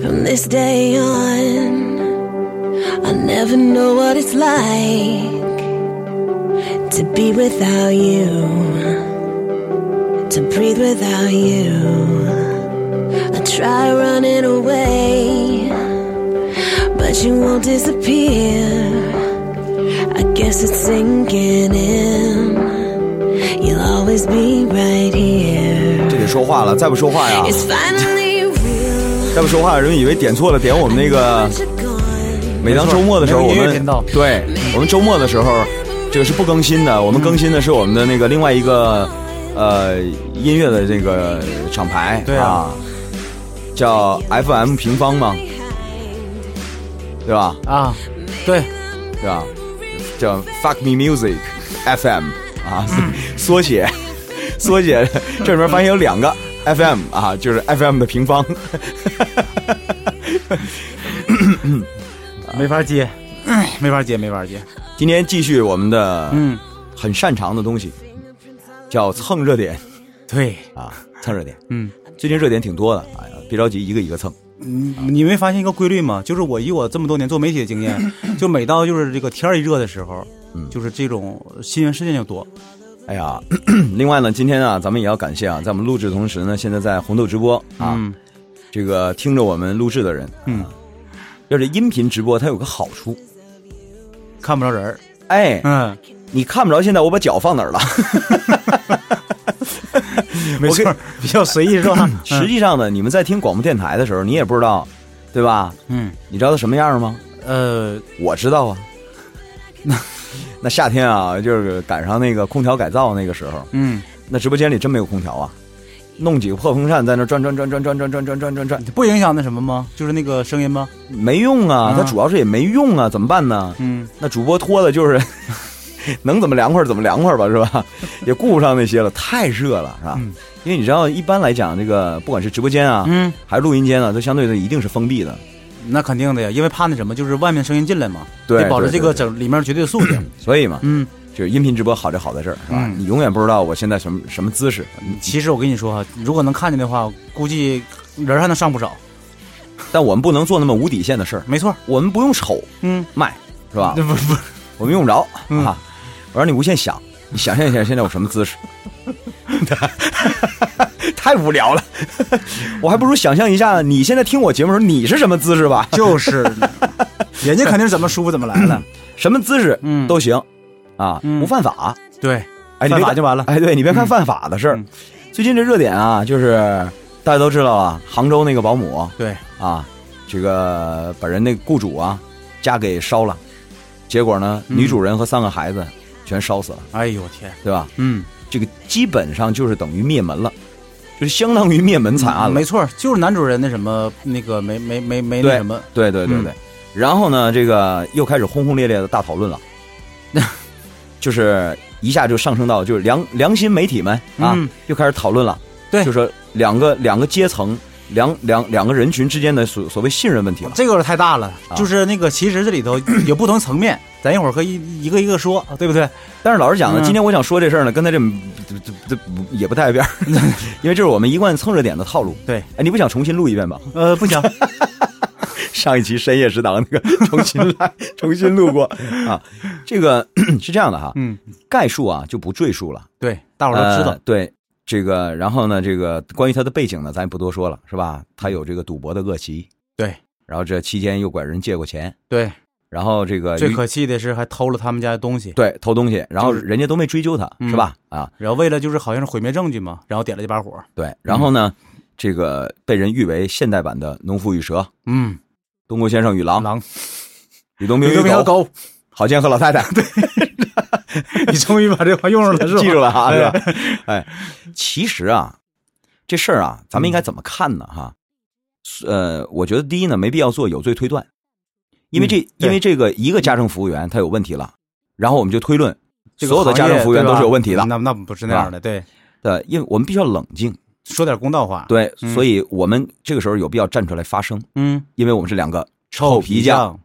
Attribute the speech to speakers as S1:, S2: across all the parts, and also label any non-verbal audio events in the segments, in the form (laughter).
S1: first day on. I never know what it's like to be without you, to breathe without you. I try running away, but you won't disappear. I guess it's sinking in. You'll always be right here.
S2: 这得说话了，再不说话呀，
S1: It's finally real.
S2: 再不说话，人们以为点错了，点我们那个。每当周末的时候，
S3: 没
S2: 我
S3: 有音乐
S2: 们
S3: 频道
S2: 对我们周末的时候，这个是不更新的。我们更新的是我们的那个另外一个呃音乐的这个厂牌，
S3: 对啊
S2: 啊，叫 FM 平方嘛，对吧？
S3: 啊，对，
S2: 对吧？叫 Fuck Me Music FM 啊，
S3: 嗯
S2: 缩写，缩写，这里面发现有两个 FM 啊，就是 FM 的平方。
S3: 没法接，没法接，没法接。
S2: 今天继续我们的
S3: 嗯，
S2: 很擅长的东西，叫蹭热点
S3: 对，
S2: 啊，蹭热点。
S3: 嗯，
S2: 最近热点挺多的，哎呀，别着急，一个一个蹭。
S3: 你你没发现一个规律吗？就是我以我这么多年做媒体的经 (laughs) 验，就每到就是这个天儿一热的时候，
S2: 嗯
S3: 就是这种新闻事件就多。
S2: 哎呀， (clears throat) 咳咳另外呢，今天啊，咱们也要感谢啊，在我们录制的同时呢，现在在红豆直播啊，
S3: 嗯
S2: 这个听着我们录制的人，
S3: 嗯
S2: 啊，要是音频直播，它有个好处，
S3: 看不着人儿，
S2: 哎，
S3: 嗯，
S2: 你看不着现在我把脚放哪儿了。
S3: (laughs) 嗯没错儿， (laughs) 比较随意是吧？
S2: (clears throat) 实际上呢，你们在听广播电台的时候，你也不知道，对吧？
S3: 嗯，
S2: 你知道它什么样吗？
S3: 呃，
S2: 我知道啊。 (laughs) 那那夏天啊，就是赶上那个空调改造那个时候，
S3: 嗯，
S2: 那直播间里真没有空调啊，弄几个破风扇在那转转转转转转转转转转转，
S3: 不影响那什么吗？就是那个声音吗？
S2: 没用啊
S3: 啊。
S2: 它主要是也没用啊，怎么办呢？
S3: 嗯，
S2: 那主播脱的就是 (laughs) 能怎么凉快儿怎么凉快儿吧，是
S3: (laughs)
S2: 吧？也顾不上那些了，太热了，是吧？
S3: 嗯
S2: 因为你知道，一般来讲，这个不管是直播间啊，
S3: 嗯，
S2: 还是录音间啊，都相对的一定是封闭的。
S3: 那肯定的呀，因为怕那什么，就是外面声音进来嘛，
S2: 对
S3: 得保持
S2: 对
S3: 这个
S2: 对
S3: 整里面绝对的肃静。
S2: 所以嘛，
S3: 嗯，
S2: 就是音频直播好就好在这儿，是吧？
S3: 嗯
S2: 你永远不知道我现在什么什么姿势，你
S3: 其实我跟你说哈，如果能看见的话，估计人还能上不少。
S2: 但我们不能做那么无底线的事儿，
S3: 没错，
S2: 我们不用瞅
S3: 嗯，
S2: 卖，是吧？
S3: (laughs) 不不，
S2: 我们用不着、
S3: (laughs) 嗯
S2: 啊，我让你无限想，你想象一下现在我什么
S3: (laughs)
S2: 姿势，太无聊了，我还不如想象一下你现在听我节目的时候你是什么姿势
S3: (laughs)
S2: 吧，
S3: 就是，人家肯定是怎么舒服怎么来了。
S2: 什么姿势
S3: 嗯
S2: 都行，啊，
S3: 嗯
S2: 不犯法，
S3: 对，
S2: 哎，你
S3: 犯
S2: 别
S3: 法
S2: 看
S3: 就完了
S2: 哎，对你别看犯法的事儿，
S3: 嗯
S2: 最近这热点啊，就是大家都知道了，杭州那个保姆
S3: 对，
S2: 啊，这个把人那雇主啊家给烧了，结果呢，
S3: 嗯
S2: 女主人和三个孩子全烧死了，
S3: 哎呦我天，
S2: 对吧？
S3: 嗯，
S2: 这个基本上就是等于灭门了，就是相当于灭门惨啊案了。
S3: 嗯没错，就是男主人那什么那个没没没没那
S2: 对
S3: 什么，
S2: 对对对对。
S3: 嗯
S2: 然后呢，这个又开始轰轰烈烈的大讨论
S3: (laughs)
S2: 了，就是一下就上升到就是良良心媒体们啊，
S3: 嗯
S2: 又开始讨论了。
S3: 对
S2: 就说两个两个阶层。两两两个人群之间的所所谓信任问题了，
S3: 这个太大了。
S2: 啊
S3: 就是那个，其实这里头有不同层面，咱一会儿可以一个一个说，对不对？
S2: 但是老实讲呢，
S3: 嗯
S2: 今天我想说这事儿呢，跟他这这这这也不太一
S3: (laughs)
S2: 边儿，因为这是我们一贯蹭热点的套路。
S3: 对，
S2: 哎，你不想重新录一遍
S3: (laughs)
S2: 吧？
S3: 呃，不行，
S2: 上一期深夜食堂那个 (laughs) 重新
S3: (laughs)
S2: 来，重新录过啊。这个 (clears throat) 是这样的哈，
S3: 嗯，
S2: 概述啊就不赘述了，
S3: 对，大伙儿都知
S2: 呃
S3: 道。
S2: 对这个，然后呢，这个关于他的背景呢，咱也不多说了，是吧？他有这个赌博的恶习，
S3: 对，
S2: 然后这期间又管人借过钱，
S3: 对，
S2: 然后这个
S3: 最
S2: 于
S3: 可气的是还偷了他们家的东西，
S2: 呃对偷东西，然后人家都没追究他，
S3: 嗯
S2: 是吧？啊，
S3: 然后为了就是好像是毁灭证据嘛，然后点了一把火。
S2: 对，然后呢，这个被人誉为现代版的《农夫与蛇》《
S3: 嗯，
S2: 东郭先生与狼》《
S3: 狼，
S2: 吕洞宾
S3: 你都没
S2: 与
S3: 有
S2: 狗》《
S3: 狗，
S2: 郝建和老太
S3: (laughs)
S2: 太》
S3: 你终于把这话用上了，是
S2: (laughs)
S3: 吧？
S2: 记住了哈，
S3: 哎
S2: 是
S3: 呀
S2: 吧？ (laughs) 哎，其实啊，这事儿啊，咱们应该
S3: 嗯
S2: 怎么看呢？哈，呃，我觉得第一呢，没必要做有罪推断，因为这、
S3: 嗯
S2: 因
S3: 对
S2: 为这个一个家政服务员他有问题了，然后我们就推论
S3: 这个
S2: 所有的家政服务员都是有问题的
S3: 行业对吧那嗯那不是那样的，对，
S2: 呃，因为我们必须要冷静，
S3: 说点公道话。，
S2: 对，
S3: 嗯
S2: 所以我们这个时候有必要站出来发声，
S3: 嗯，
S2: 因为我们是两个
S3: 臭
S2: 皮匠。，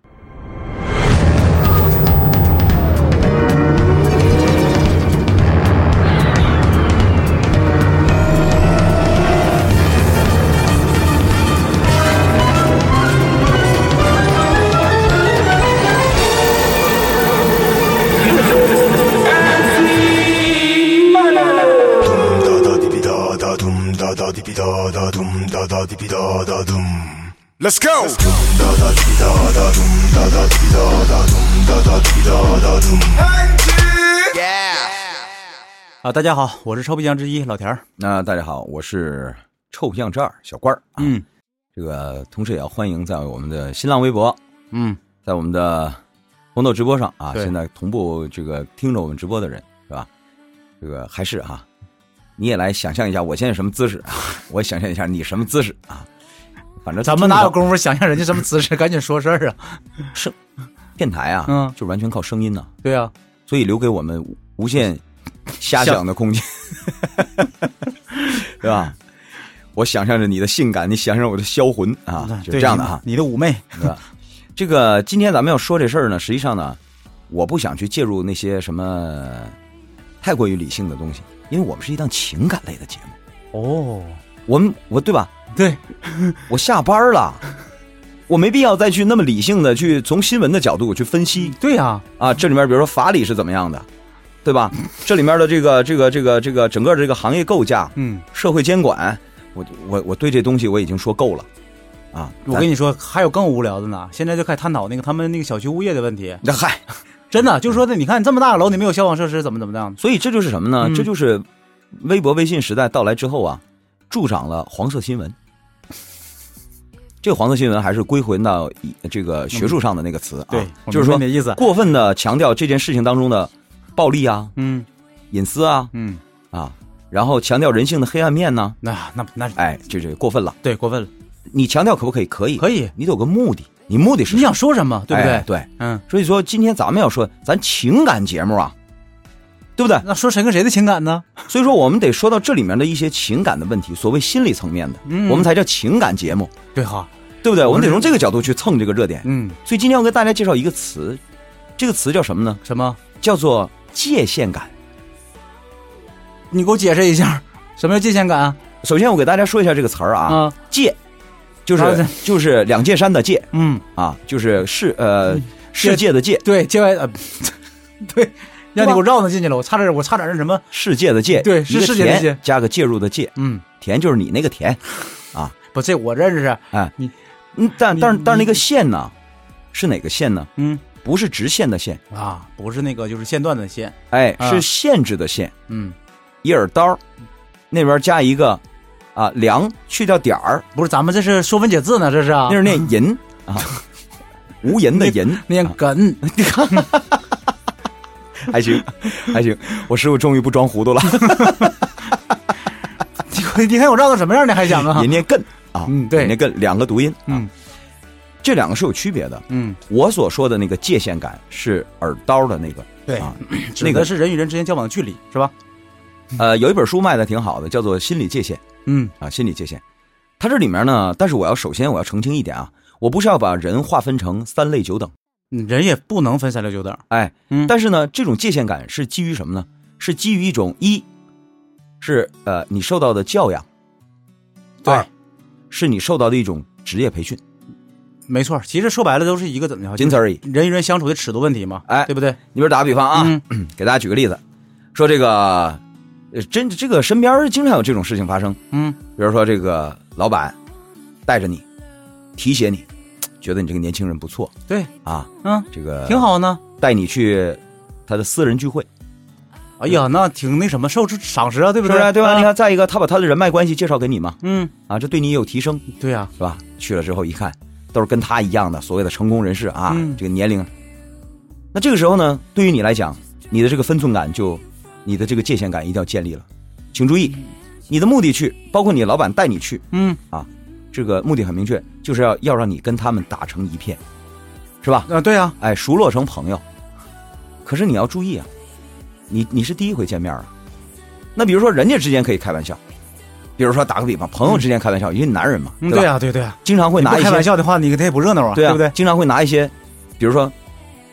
S4: Let's go。
S3: 啊！大家好，我是臭皮匠之一老田儿。
S2: 那大家好，我是臭象之二小官儿。啊、
S3: 嗯
S2: 这个同时也要欢迎在我们的新浪微博，
S3: 嗯，
S2: 在我们的红豆直播上啊，
S3: 对
S2: 现在同步这个听着我们直播的人是吧？这个还是哈、你也来想象一下我现在什么姿势
S3: (laughs)
S2: 啊？我想象一下你什么姿势啊？反正
S3: 咱们哪有
S2: 听
S3: 功夫想象人家什么姿势？ (laughs) 赶紧说事儿啊！
S2: 着电台啊？
S3: 嗯
S2: 就完全靠声音呢、
S3: 对啊呀、
S2: 所以留给我们无限瞎想的空间，是吧？我想象着你的性感，你想象着我的销魂啊，就
S3: 对
S2: 这样的哈，
S3: 你你的妩媚，
S2: 是吧？这个今天咱们要说这事儿呢，实际上呢，我不想去介入那些什么太过于理性的东西，因为我们是一档情感类的节目，
S3: 哦，
S2: 我们我对吧？
S3: 对，
S2: 我下班了，我没必要再去那么理性的去从新闻的角度去分析
S3: 对呀、
S2: 啊，这里面比如说法理是怎么样的，对吧？这里面的这个这个这个这个整个这个行业构架、
S3: 嗯，
S2: 社会监管，我我我对这东西我已经说够了，啊，
S3: 我跟你说，还有更无聊的呢。现在就开始探讨那个他们那个小区物业的问题，
S2: 那嗨，
S3: 真
S2: 嗯
S3: 的就是说的，你看这么大个楼，你没有消防设施，怎么怎么样？
S2: 所以这就是什么呢？
S3: 嗯
S2: 这就是微博、微信时代到来之后啊，助长了黄色新闻。这个黄色新闻还是归还到一这个学术上的那个词啊，
S3: 嗯对，我
S2: 就是说
S3: 明白你的意思。
S2: 过分的强调这件事情当中的暴力啊、
S3: 嗯
S2: 隐私啊
S3: 嗯，
S2: 啊，然后强调人性的黑暗面呢，
S3: 那那那
S2: 哎，这这过分了。
S3: 对过分了，
S2: 你强调可不可以？可以，
S3: 可以。
S2: 你得有个目的，你目的是
S3: 你
S2: 什么
S3: 想说什么，对不对？
S2: 哎对，
S3: 嗯，
S2: 所以说今天咱们要说咱情感节目啊，对不对？
S3: 那说谁跟谁的情感呢？
S2: 所以说我们得说到这里面的一些情感的问题，所谓心理层面的，
S3: 嗯
S2: 我们才叫情感节目，
S3: 对哈，
S2: 对不对？我们得从这个角度去蹭这个热点。
S3: 嗯，
S2: 所以今天要跟大家介绍一个词，这个词叫什么呢？
S3: 什么？
S2: 叫做界限感。
S3: 你给我解释一下，什么叫界限感啊？
S2: 首先，我给大家说一下这个词儿啊，
S3: 啊
S2: 界，就
S3: 啊对
S2: 是就是两界山的界
S3: 嗯，
S2: 啊，就是世呃世
S3: 界
S2: 界的界，
S3: 对，界外呃， (laughs) 对，让你给我绕呢进去了，我差点我差点那什么，
S2: 世界的界，
S3: 对
S2: 一
S3: 是
S2: 个
S3: 世界的
S2: 田
S3: 界
S2: 加个介入的介，
S3: 嗯，
S2: 田就是你那个田，
S3: 不，这我认识，
S2: 哎，
S3: 你
S2: 嗯，但
S3: 你
S2: 但是但是那
S3: 你
S2: 个线呢，是哪个线呢？
S3: 嗯
S2: 不是直线的线，
S3: 啊，不是那个就是线段的线，
S2: 哎，
S3: 啊
S2: 是限制的限，
S3: 嗯，
S2: 一耳刀，那边加一个啊梁，去掉点儿，
S3: 不是，咱们这是说文解字呢，这是啊
S2: 那，是念银啊，无银的银，
S3: 念
S2: 啊
S3: 梗， (laughs)
S2: 还行还行，我师傅终于不装糊涂了，
S3: 你你看我绕到什么样呢？还想啊
S2: 也？念艮啊，
S3: 嗯对
S2: 也念艮两个读音，啊
S3: 嗯
S2: 这两个是有区别的。
S3: 嗯，
S2: 我所说的那个界限感是耳刀的那个，
S3: 对
S2: 啊，
S3: 指的是人与人之间交往的距离，是吧？
S2: 呃，有一本书卖的挺好的，叫做《心理界限》。
S3: 嗯
S2: 啊，心理界限。它这里面呢，但是我要首先我要澄清一点啊，我不是要把人划分成三类九等，
S3: 嗯，人也不能分三六九等，
S2: 哎，
S3: 嗯
S2: 但是呢，这种界限感是基于什么呢？是基于一种一，是呃你受到的教养，
S3: 啊
S2: 二，是你受到的一种职业培训，
S3: 没错，其实说白了都是一个怎么样，
S2: 仅此而已。
S3: 人与人相处的尺度问题嘛，
S2: 哎
S3: 对不对？
S2: 你比如打个比方啊，
S3: 嗯
S2: (clears throat) 给大家举个例子，说这个，呃，真这个身边儿经常有这种事情发生，
S3: 嗯
S2: 比如说这个老板带着你，提携你，觉得你这个年轻人不错，
S3: 对
S2: 啊，
S3: 嗯，
S2: 这个
S3: 挺好呢。
S2: 带你去他的私人聚会，
S3: 哎呀，那挺那什么，受赏识啊，对
S2: 是
S3: 不
S2: 不
S3: 对？
S2: 嗯是？对吧？
S3: 啊
S2: 你，看，再一个，他把他的人脉关系介绍给你嘛，
S3: 嗯，
S2: 啊，这对你也有提升，
S3: 对呀、
S2: 是吧？去了之后一看，都是跟他一样的所谓的成功人士啊，
S3: 嗯
S2: 这个年龄。那这个时候呢，对于你来讲，你的这个分寸感就，你的这个界限感一定要建立了。请注意，你的目的去，包括你老板带你去，
S3: 嗯，
S2: 这个目的很明确，就是要要让你跟他们打成一片，是吧？
S3: 啊，对呀、
S2: 哎，熟络成朋友。可是你要注意啊，你你是第一回见面啊。那比如说，人家之间可以开玩笑，比如说打个比方，朋友之间开玩笑，因为男人嘛，
S3: 嗯，
S2: 吧？
S3: 对呀、对对、呀，
S2: 经常会
S3: 你不
S2: 拿一
S3: 开玩
S2: 些，
S3: 笑的话，你他也不热闹啊，
S2: 对啊，
S3: 不对？
S2: 经常会拿一些，比如说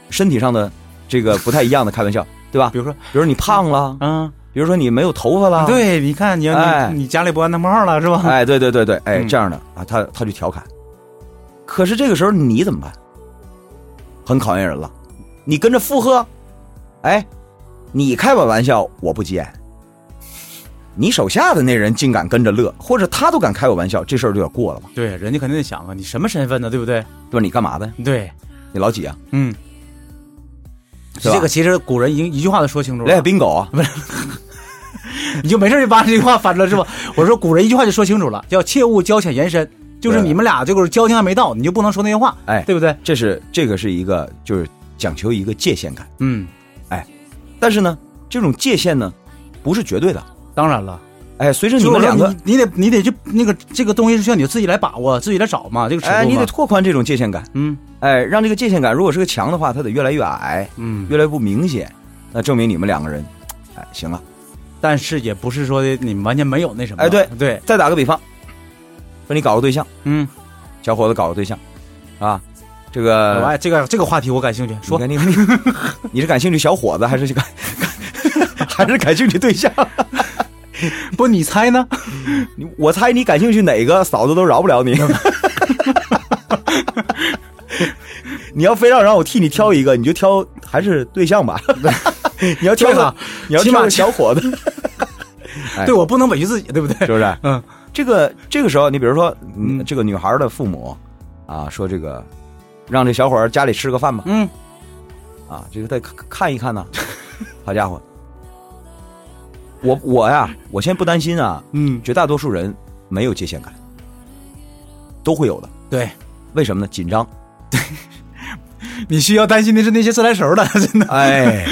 S2: 身体上的这个不太一样的开玩笑，对吧？
S3: 比如说，
S2: 比如你胖了，
S3: 嗯，
S2: 比如说你没有头发了，，
S3: 对，你看你、
S2: 啊哎
S3: 你你家里不安灯泡了是吧？
S2: 哎，对对对对，哎，
S3: 啊嗯
S2: 这样的啊，他他就调侃。可是这个时候你怎么办？很考验人了，你跟着附和，哎，你开我玩笑我不接，你手下的那人竟敢跟着乐，或者他都敢开我玩笑，这事儿就有点过了吧？
S3: 对，人家肯定得想啊，你什么身份呢？对不对？
S2: 对吧？你干嘛的？
S3: 对，
S2: 你老几啊？
S3: 嗯，
S2: 是吧
S3: 这个其实古人已经一句话都说清楚
S2: 来
S3: 了
S2: 点，冰狗啊！
S3: (laughs) 你就没事就把这句话翻
S2: (laughs)
S3: 了是吧？我说古人一句话就说清楚了，叫切勿交浅言深，就是
S2: 对
S3: 你们俩这个交情还没到，你就不能说那些话，
S2: 哎
S3: 对不对？
S2: 这是这个是一个就是讲求一个界限感，
S3: 嗯，
S2: 但是呢，这种界限呢不是绝对的。
S3: 当然了，
S2: 哎，随着你
S3: 就是
S2: 们
S3: 我说
S2: 两个，
S3: 你你得你得去那个这个东西是需要你自己来把握，自己来找嘛，这个尺度嘛。
S2: 哎，你得拓宽这种界限感，
S3: 嗯
S2: 哎，让这个界限感如果是个墙的话，它得越来越矮，
S3: 嗯，
S2: 越来越不明显，那证明你们两个人，哎，行了。
S3: 但是也不是说你们完全没有那什么。
S2: 哎对
S3: 对，
S2: 再打个比方，说你搞个对象，
S3: 嗯，
S2: 小伙子搞个对象，啊，这
S3: 我
S2: 个
S3: 哎，这个这个话题我感兴趣，说
S2: 你 (laughs) 看你看你，你是感兴趣小伙子还是感 (laughs) 还是感兴趣对象？
S3: 不你猜呢？
S2: 你我猜你感兴趣哪个，嫂子都饶不了你。 (laughs) 你要非要让我替你挑一个，你就挑还是对象吧。 (laughs) 你要挑
S3: 对
S2: 个
S3: 了，
S2: 你要
S3: 起
S2: 挑
S3: 码
S2: 个小伙子，哎
S3: 对我不能委屈自己，对不对？
S2: (laughs) 是不是？
S3: 嗯，
S2: 这个这个时候，你比如说，嗯
S3: 嗯
S2: 这个女孩的父母啊，说这个让这小伙儿家里吃个饭吧，
S3: 嗯，
S2: 啊，这个再看看一看
S3: (laughs)
S2: 呢、好家伙，我我呀，我先不担心啊，
S3: 嗯，
S2: 绝大多数人没有界限感，都会有的。
S3: 对，
S2: 为什么呢？紧张。
S3: 你需要担心的是那些自来熟的，真的。
S2: 哎，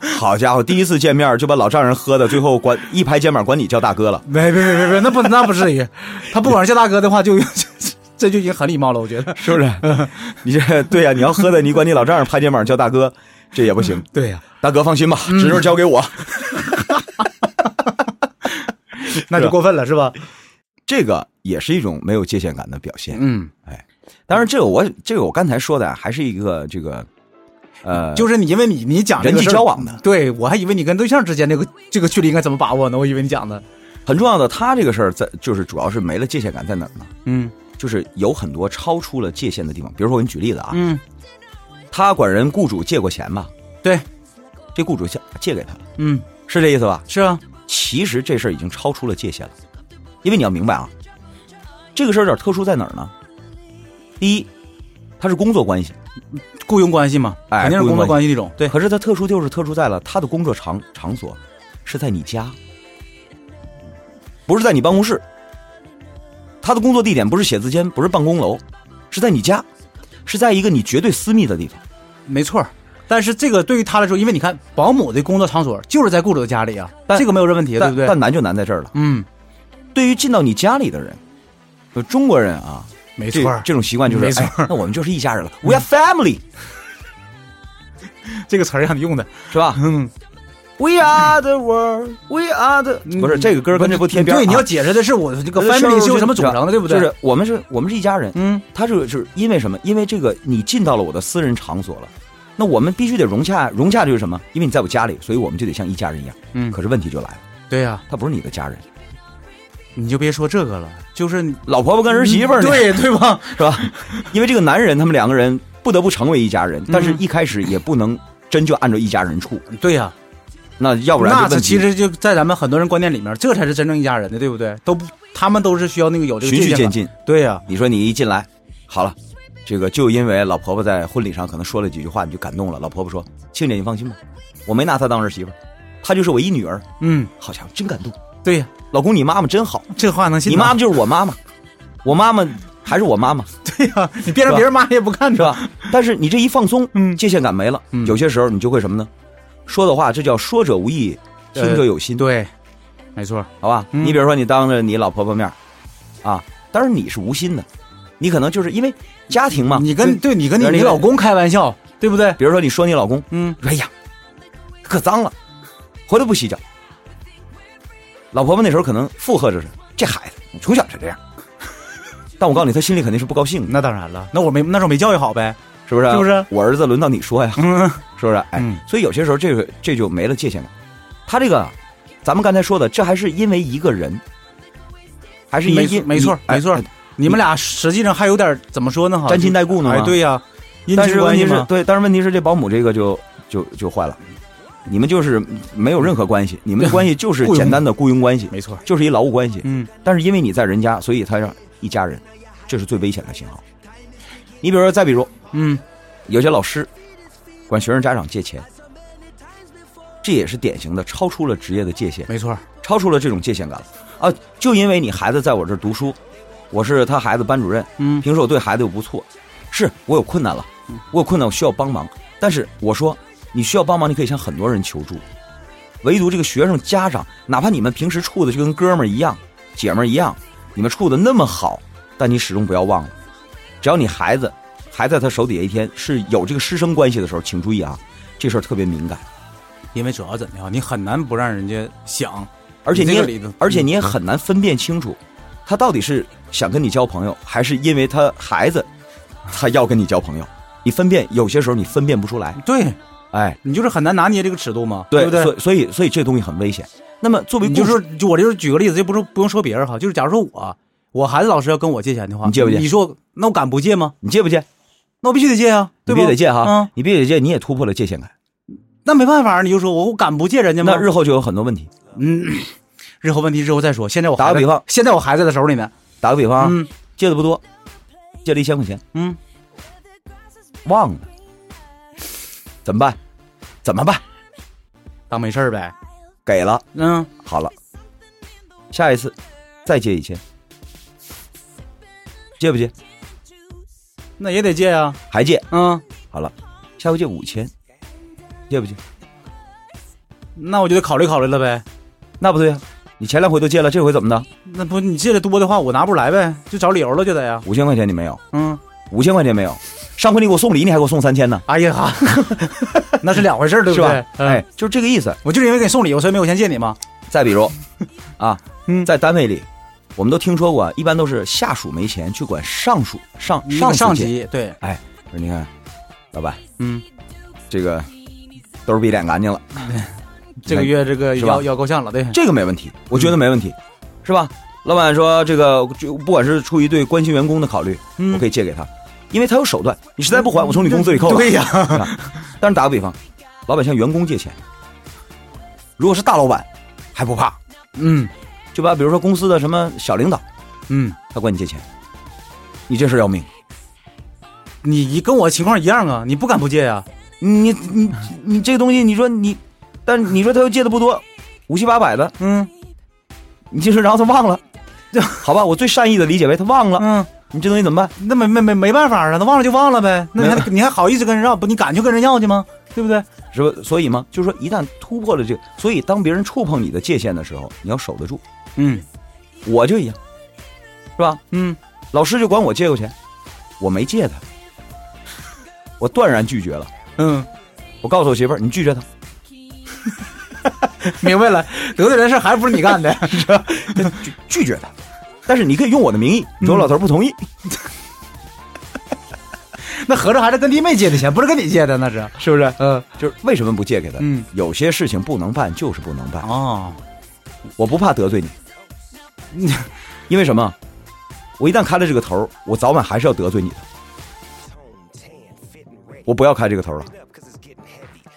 S3: (laughs)
S2: 好家伙，第一次见面就把老丈人喝的，最后管一拍肩膀管你叫大哥了。
S3: 没别别别别，那不那不至于，他不管是叫大哥的话，就 (laughs) 这就已经很礼貌了，我觉得。
S2: 是不是？你这对呀、你要喝的，你管你老丈人拍肩膀叫大哥，这也不行。
S3: (laughs) 对呀、
S2: 大哥放心吧，
S3: 嗯
S2: 侄女交给我。啊
S3: 那就过分了，是吧？
S2: 这个也是一种没有界限感的表现。
S3: 嗯，
S2: 当然，这个我这个我刚才说的啊还是一个这个，呃，
S3: 就是你因为你你讲这
S2: 人
S3: 个
S2: 际
S3: 事儿
S2: 交往的
S3: 对我还以为你跟对象之间这个这个距离应该怎么把握呢？我以为你讲的，
S2: 很重要的。他这个事儿在就是主要是没了界限感在哪儿呢？
S3: 嗯
S2: 就是有很多超出了界限的地方。比如说，我给你举例子啊，
S3: 嗯，
S2: 他管人雇主借过钱吧，
S3: 对，
S2: 这雇主借借给他了，
S3: 嗯，
S2: 是这意思吧？
S3: 是啊，
S2: 其实这事儿已经超出了界限了，因为你要明白啊，这个事儿有点特殊在哪儿呢？第一，它是工作关系，
S3: 雇佣关系嘛，
S2: 哎
S3: 肯定是工
S2: 雇佣
S3: 作
S2: 关
S3: 关系那种。对，
S2: 可是它特殊就是特殊在了他的工作场场所是在你家，不是在你办公室。他的工作地点不是写字间，不是办公楼，是在你家，是在一个你绝对私密的地方。
S3: 没错儿。但是这个对于他来说，因为你看保姆的工作场所就是在雇主的家里啊，
S2: 但
S3: 这个没有任问题，对
S2: 但
S3: 不对？
S2: 但难就难在这儿了。
S3: 嗯，
S2: 对于进到你家里的人，呃中国人啊，
S3: 没
S2: 这
S3: 错儿，
S2: 这种习惯就是，
S3: 没错
S2: 哎那我们就是一家人了，We are family。
S3: 这个词儿让你用的，
S2: 是吧
S3: 嗯，
S2: (laughs) ？We are the world, we are the 不是这个歌跟这不贴边儿啊。
S3: 嗯对，你要解释的是我这个
S2: 这事儿
S3: family
S2: 就是
S3: 由什么组成的，对不对？
S2: 就是我们是我们是一家人，
S3: 嗯，
S2: 他是就是因为什么？因为这个你进到了我的私人场所了，那我们必须得融洽，融洽就是什么？因为你在我家里，所以我们就得像一家人一样。
S3: 嗯
S2: 可是问题就来了，
S3: 对呀、
S2: 他不是你的家人，
S3: 你就别说这个了，就是
S2: 老婆婆跟儿媳妇儿呢，
S3: 嗯
S2: (laughs)
S3: 对对吧？
S2: 是吧？因为这个男人，他们两个人不得不成为一家
S3: 嗯
S2: 人，但是一开始也不能真就按照一家人处，
S3: 对啊呀、
S2: 那要不然
S3: 那
S2: 这
S3: 这
S2: 问题
S3: 其实就在咱们很多人观念里面，这才是真正一家人的，对不对？都不，他们都是需要那个有这个
S2: 循序
S3: 界限
S2: 渐
S3: 感。
S2: 进。
S3: 对呀、
S2: 你说你一进来，好了，这个就因为老婆婆在婚礼上可能说了几句话，你就感动了。老婆婆说：“亲家，你放心吧，我没拿她当儿媳妇儿，她就是我一女儿。
S3: 嗯，”
S2: 好家伙，真感动！
S3: 对呀、
S2: 老公，你妈妈真好，
S3: 这话能信
S2: 你
S3: 吗
S2: 妈妈就是我妈妈，我妈妈还是我妈妈，
S3: (laughs) 对呀、你变成别人妈也不看
S2: 是 (laughs)
S3: 着。
S2: 吧？
S3: (laughs)
S2: 但是你这一放松，
S3: 嗯
S2: 界限感没了。
S3: 嗯
S2: 有些时候你就会什么呢？说的话，这叫说者无意，听者有心，啊
S3: 对，没错，
S2: 好吧？
S3: 嗯
S2: 你比如说，你当着你老婆婆面儿，啊，当然你是无心的，你可能就是因为家庭嘛，
S3: 你跟对你跟你
S2: 那个
S3: 你老公开玩笑，对不对？
S2: 比如说你说你老公，
S3: 嗯，
S2: 哎呀，可脏了，回来不洗脚。老婆婆那时候可能附和着说：“这孩子，你从小就这样。” (laughs) 但我告诉你，她心里肯定是不高兴的，
S3: 那当然了，那我没那时候没教育好
S2: (laughs)
S3: 呗。
S2: 是不是啊？
S3: 是不是
S2: 我儿子轮到你说呀，
S3: 嗯
S2: 是不是？哎，
S3: 嗯
S2: 所以有些时候这个这就没了界限感。他这个，咱们刚才说的，这还是因为一个人，还是因
S3: (laughs) 没
S2: 因
S3: 没错
S2: 哎
S3: 没错
S2: 哎
S3: 你们俩实际上还有点怎么说呢？哈，
S2: 沾亲带故呢嘛
S3: 哎，对呀、姻
S2: 但
S3: 亲
S2: 是问
S3: 关
S2: 题
S3: 系
S2: 是
S3: 嘛，
S2: 对，但是问题是这保姆这个就就就坏了，你们就是没有任何关系，你们的关系就是
S3: (laughs) 雇佣
S2: 简单的雇佣关系，
S3: 没错，
S2: 就是一劳务关系。
S3: 嗯，
S2: 但是因为你在人家，所以他让一家人，这是最危险的信号。你比如说，再比如，
S3: 嗯，
S2: 有些老师管学生家长借钱，这也是典型的超出了职业的界限，
S3: 没错，
S2: 超出了这种界限感了啊！就因为你孩子在我这儿读书，我是他孩子班主任，
S3: 嗯，
S2: 平时我对孩子又不错，是我有困难了，我有困难，我需要帮忙。但是我说，你需要帮忙，你可以向很多人求助，唯独这个学生家长，哪怕你们平时处的就跟哥们儿一样、姐们儿一样，你们处的那么好，但你始终不要忘了，只要你孩子还在他手底下一天是有这个师生关系的时候，请注意啊，这事儿特别敏感，
S3: 因为主要怎的样，你很难不让人家想，
S2: 而且你
S3: 你这
S2: 也
S3: 个里头嗯
S2: 而且你也很难分辨清楚，他到底是想跟你交朋友，还是因为他孩子，他要跟你交朋友。你分辨有些时候你分辨不出来，
S3: 对
S2: 哎，
S3: 你就是很难拿捏这个尺度嘛，
S2: 对，
S3: 不对？
S2: 所以所以所以这东西很危险。那么作为
S3: 你
S2: 故
S3: 就
S2: 事
S3: 说，就我就是举个例子，就不说不用说别人哈，就是假如说我，我孩子老师要跟我借钱的话，
S2: 你借不借
S3: 你说那我敢不借吗？
S2: 你借不借？
S3: 那我必须得借啊，
S2: 你
S3: 对
S2: 必
S3: 不？
S2: 须得借哈，
S3: 嗯，
S2: 你必须得借，你也突破了界限感，
S3: 那没办法，你就说我我敢不借人家吗？
S2: 那日后就有很多问题。
S3: 日后问题日后再说。现在我
S2: 打个
S3: 孩子
S2: 比方
S3: 现在我孩子在手里呢。
S2: 打个比方啊，
S3: 嗯
S2: 借的不多，借了一千块钱，
S3: 嗯，
S2: 忘了，怎么办？怎么办？
S3: 当没事儿呗。
S2: 给了，
S3: 嗯，
S2: 好了，下一次再借一千，借不借？
S3: 那也得借啊。
S2: 还借？
S3: 嗯，
S2: 好了，下回借五千，借不借？
S3: 那我就得考虑考虑了呗。
S2: 那不对啊，你前两回都借了，这回怎么的？
S3: 那不你借的多的话，我拿不出来呗，就找理由了就得呀。
S2: 五千块钱你没有，
S3: 嗯，
S2: 五千块钱没有，上回你给我送礼，你还给我送三千呢，
S3: 哎呀， (laughs) 那是两回事 (laughs) 儿，对
S2: 是
S3: 不对？
S2: 吧？
S3: 嗯
S2: 哎，，就是这个意思。
S3: 我就是因为给你送礼物，所以没有钱借你嘛。
S2: 再比如， (laughs) 啊，
S3: 嗯
S2: 在单位里，我们都听说过啊，一般都是下属没钱去管上属上
S3: 一
S2: 上
S3: 个
S2: 司
S3: 上
S2: 借。
S3: 级对，
S2: 哎，我说你看，老板，
S3: 嗯，
S2: 这个兜儿比脸干净了，
S3: (laughs) 这个月这个
S2: 是吧
S3: 要要够呛了，对，
S2: 这个没问题，我觉得没问题，是吧？老板说这个就不管是出于对关心员工的考虑，
S3: 嗯
S2: 我可以借给他，因为他有手段，你实在不还，我从你工资里扣了。
S3: 对呀
S2: 是吧 (laughs) 但是打个比方，老板向员工借钱，如果是大老板，还不怕，
S3: 嗯
S2: 就把比如说公司的什么小领导，
S3: 嗯，
S2: 他管你借钱，你这事儿要命。
S3: 你你跟我情况一样啊，你不敢不借呀、
S2: 你你你这个东西，你说你，但是你说他又借的不多，五七八百的，
S3: 嗯
S2: 你这事儿然后他忘了， (laughs) 好吧，我最善意的理解为他忘了，
S3: 嗯，
S2: 你这东西怎么办？
S3: 那没没没没办法啊，那忘了就忘了呗，那你还你还好意思跟人要不？你敢去跟人要去吗？对不对？
S2: 是吧？所以嘛，就是说一旦突破了这个，所以当别人触碰你的界限的时候，你要守得住。
S3: 嗯
S2: 我就一样，是吧？
S3: 嗯，
S2: 老师就管我借过钱，我没借他，我断然拒绝了。
S3: 嗯， (laughs)
S2: 我告诉我媳妇儿，你拒绝他，
S3: 明白了，得罪人事还不是你干的， (laughs) 是吧？
S2: 拒拒绝他。但是你可以用我的名义，你说我老头儿不同意，
S3: 那合着还是跟弟妹借的钱，不是跟你借的，那是
S2: 是不是？
S3: 嗯
S2: 就是为什么不借给他？
S3: 嗯，
S2: 有些事情不能办，就是不能办。
S3: 哦，
S2: 我不怕得罪你， (laughs) 因为什么？我一旦开了这个头儿，我早晚还是要得罪你的。我不要开这个头儿了。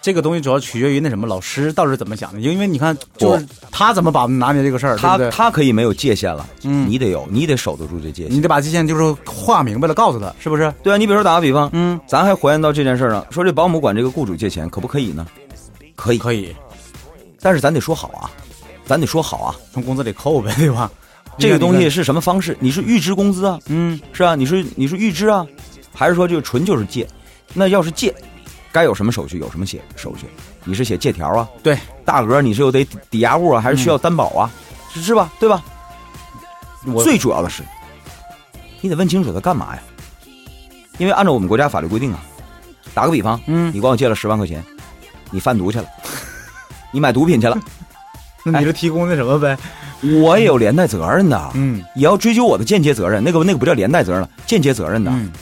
S3: 这个东西主要取决于那什么老师到底是怎么想的，因为你看就是
S2: 不
S3: 他怎么把拿捏这个事儿，对
S2: 他
S3: 不对？
S2: 他可以没有界限了，
S3: 嗯
S2: 你得有，你得守得住这界限
S3: 你。得把这件就是画明白了，告诉他是不是？
S2: 对啊，你比如说打个比方，
S3: 嗯，
S2: 咱还还原到这件事儿上，说这保姆管这个雇主借钱，可不可以呢？可以，
S3: 可以
S2: 但是咱得说好啊，咱得说好啊。
S3: 从工资里扣呗，对 (laughs) 吧？
S2: 这个东西，是什么方式？你是预支工资啊，
S3: 嗯，
S2: 是啊，你是你是预支啊，还是说就纯就是借？那要是借，该有什么手续有什么写手续？你是写借条啊？
S3: 对，嗯
S2: 大额你是又得抵抵押物啊，还是需要担保啊？是是吧？对吧？
S3: 我
S2: 最主要的是，你得问清楚他干嘛呀？因为按照我们国家法律规定啊，打个比方，
S3: 嗯
S2: 你管我借了十万块钱，你贩毒去了，你买毒品去了，
S3: 那你是提供那什么呗？
S2: 我也有连带责任的，
S3: 嗯
S2: 也要追究我的间接责任。那个那个不叫连带责任了，间接责任的，
S3: 嗯，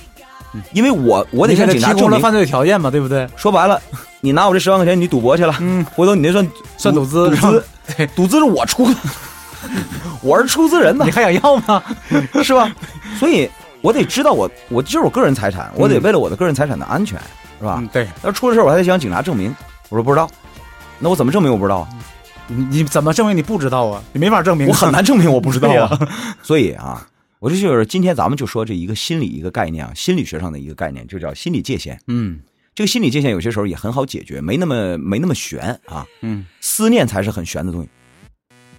S2: 因为我我
S3: 我
S2: 得
S3: 得
S2: 向
S3: 向
S2: 警察
S3: 提
S2: 证
S3: 供了
S2: 明。
S3: 犯罪条件嘛，对不对？
S2: 说白了，你拿我这十万块钱，你赌博去了，
S3: 嗯，
S2: 回头你那算
S3: 算赌资
S2: 赌
S3: 是吧
S2: 资，赌资是我出的，我是出资人呢
S3: (laughs) 你，还想要 (laughs) 吗？
S2: 是吧？所以我得知道我我这是我个人财产，我
S3: 嗯
S2: 得为了我的个人财产的安全，是吧？
S3: 对，
S2: 要出了事儿我还得向警察证明。我说不知道，那我怎么证明我不知道啊？
S3: 你你怎么证明你不知道啊？你没法证明， (laughs)
S2: 我很难证明我不知道
S3: 对
S2: 啊。 (laughs) 所以啊，我这就是今天咱们就说这一个心理一个概念啊，心理学上的一个概念，就叫心理界限。
S3: 嗯
S2: 这个心理界限有些时候也很好解决，没那么没那么悬啊。
S3: 嗯，
S2: 思念才是很悬的东西。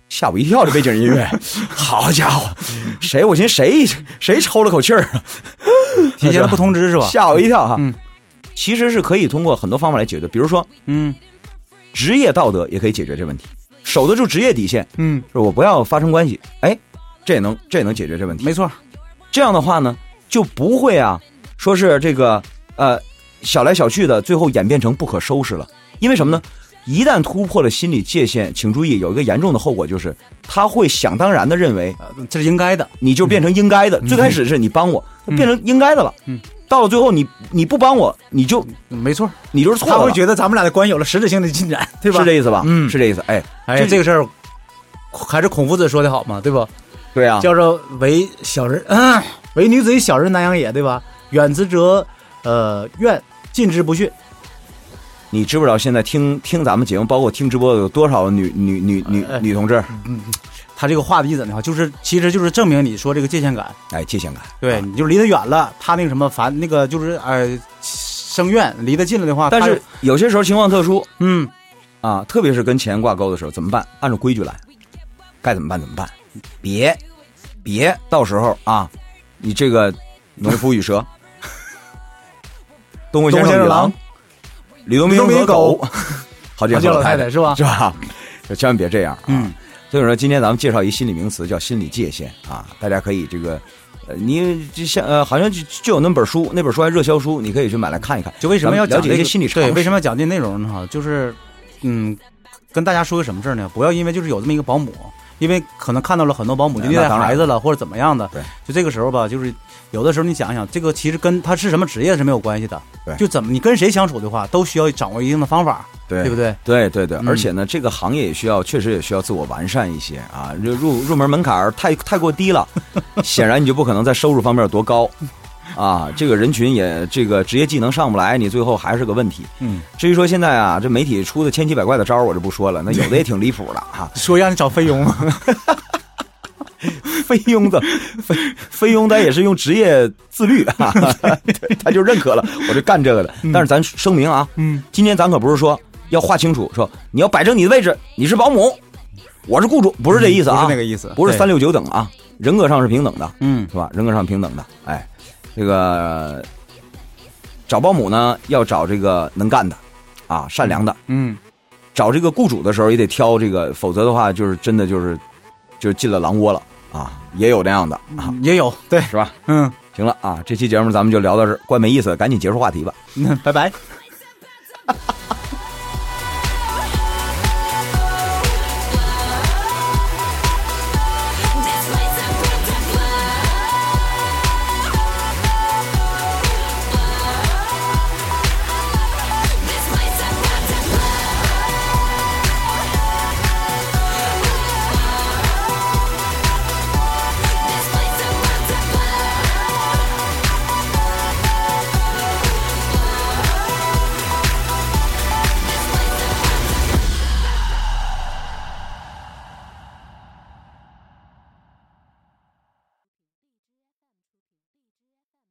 S2: 吓我一跳！这背景音
S3: (laughs)
S2: 乐，好家伙，谁？我寻思谁谁抽了口气儿啊？
S3: 提前了不通知是吧？
S2: 吓我一跳哈！
S3: 嗯
S2: 其实是可以通过很多方法来解决，比如说
S3: 嗯
S2: 职业道德也可以解决这问题，守得住职业底线，
S3: 嗯，
S2: 就是我不要发生关系，哎，这也能这也能解决这问题。
S3: 没错，
S2: 这样的话呢，就不会啊，说是这个呃小来小去的，最后演变成不可收拾了。因为什么呢？一旦突破了心理界限，请注意有一个严重的后果，就是他会想当然的认为
S3: 呃这是应该的。
S2: 你就变成应该的。最开始是你帮我，变成应该的了。
S3: 嗯
S2: 到了最后你你不帮我，你就
S3: 没错，
S2: 你就是错
S3: 他
S2: 的了，
S3: 会觉得咱们俩的关系有了实质性的进展，对吧？
S2: 是这意思吧？
S3: 嗯
S2: 是这意思。哎，
S3: 哎呀，
S2: 这
S3: 这个事儿还是孔夫子说的好嘛，对吧？
S2: 对啊，
S3: 叫做为小人， (coughs) 嗯为女子以小人难养也，对吧？远之则呃怨，近之不逊。
S2: 你知不知道现在听听咱们节目，包括听直播的有多少女女女女
S3: 哎
S2: 女同志？
S3: 他这个话的意思呢，就是其实就是证明你说这个界限感，
S2: 哎，界限感。
S3: 对，你就离得远了，他那个什么烦那个就是呃生怨，离得近了的话，
S2: 但
S3: 啊他
S2: 是有些时候情况特殊，
S3: 嗯，
S2: 啊，特别是跟钱挂钩的时候，怎么办？按照规矩来，该怎么办怎么办，别别到时候啊，你这个农夫与
S3: (laughs)
S2: 蛇，东辉
S3: 东
S2: 先生
S3: 辉先
S2: 与
S3: 生
S2: 狼
S3: 狼，
S2: 李东明
S3: 李东
S2: 和
S3: 明
S2: 狗
S3: 狗，
S2: (laughs) 好
S3: 他
S2: 见
S3: 叫
S2: 老
S3: 老
S2: 太
S3: 太太是吧？
S2: 是吧？就千万别这样啊！
S3: 嗯
S2: 所以说，今天咱们介绍一心理名词叫心理界限啊，大家可以这个，呃，你就像呃，好像就就有那么本书，那本书还热销书，你可以去买来看一看。
S3: 就为什么要
S2: 了
S3: 讲
S2: 解
S3: 这
S2: 一些
S3: 个
S2: 心理常
S3: 对，
S2: 识？
S3: 为什么要讲这内容呢？哈，就是嗯，跟大家说个什么事儿呢？不要因为就是有这么一个保姆，因为可能看到了很多保姆
S2: 那
S3: 就虐待
S2: 当然
S3: 孩子了，或者怎么样的。
S2: 对，
S3: 就这个时候吧，就是有的时候你想一想，这个其实跟他是什么职业是没有关系的。
S2: 对
S3: 就怎么你跟谁相处的话，都需要掌握一定的方法，
S2: 对
S3: 对不对？
S2: 对对对，
S3: 嗯
S2: 而且呢，这个行业也需要，确实也需要自我完善一些啊。入入入门门槛儿太太过低
S3: (laughs)
S2: 了，显然你就不可能在收入方面有多高啊。这个人群也这个职业技能上不来，你最后还是个问题。
S3: 嗯，
S2: 至于说现在啊，这媒体出的千奇百怪的招儿，我就不说了，那有的也挺离谱的哈、
S3: 说让你找菲佣，
S2: (laughs) 菲佣的菲菲佣，他也是用职业自律 (laughs) 啊，对他就认可了，我就干这个的。但是咱声明啊，
S3: 嗯，
S2: 今天咱可不是说要划清楚，说你要摆正你的位置，你是保姆，我是雇主，不是这意思啊，
S3: 嗯不是那个意思，
S2: 不是
S3: 对
S2: 三。六九等啊，人格上是平等的，
S3: 嗯，
S2: 是吧？人格上平等的，哎，这个找保姆呢，要找这个能干的，啊，善良的。
S3: 嗯，
S2: 找这个雇主的时候也得挑这个，否则的话就是真的就是就是进了狼窝了啊，也有那样的啊，
S3: 嗯也有对，
S2: 是吧？
S3: 嗯，
S2: 行了啊，这期节目咱们就聊到这儿，怪没意思的，赶紧结束话题吧。
S3: 嗯那拜拜。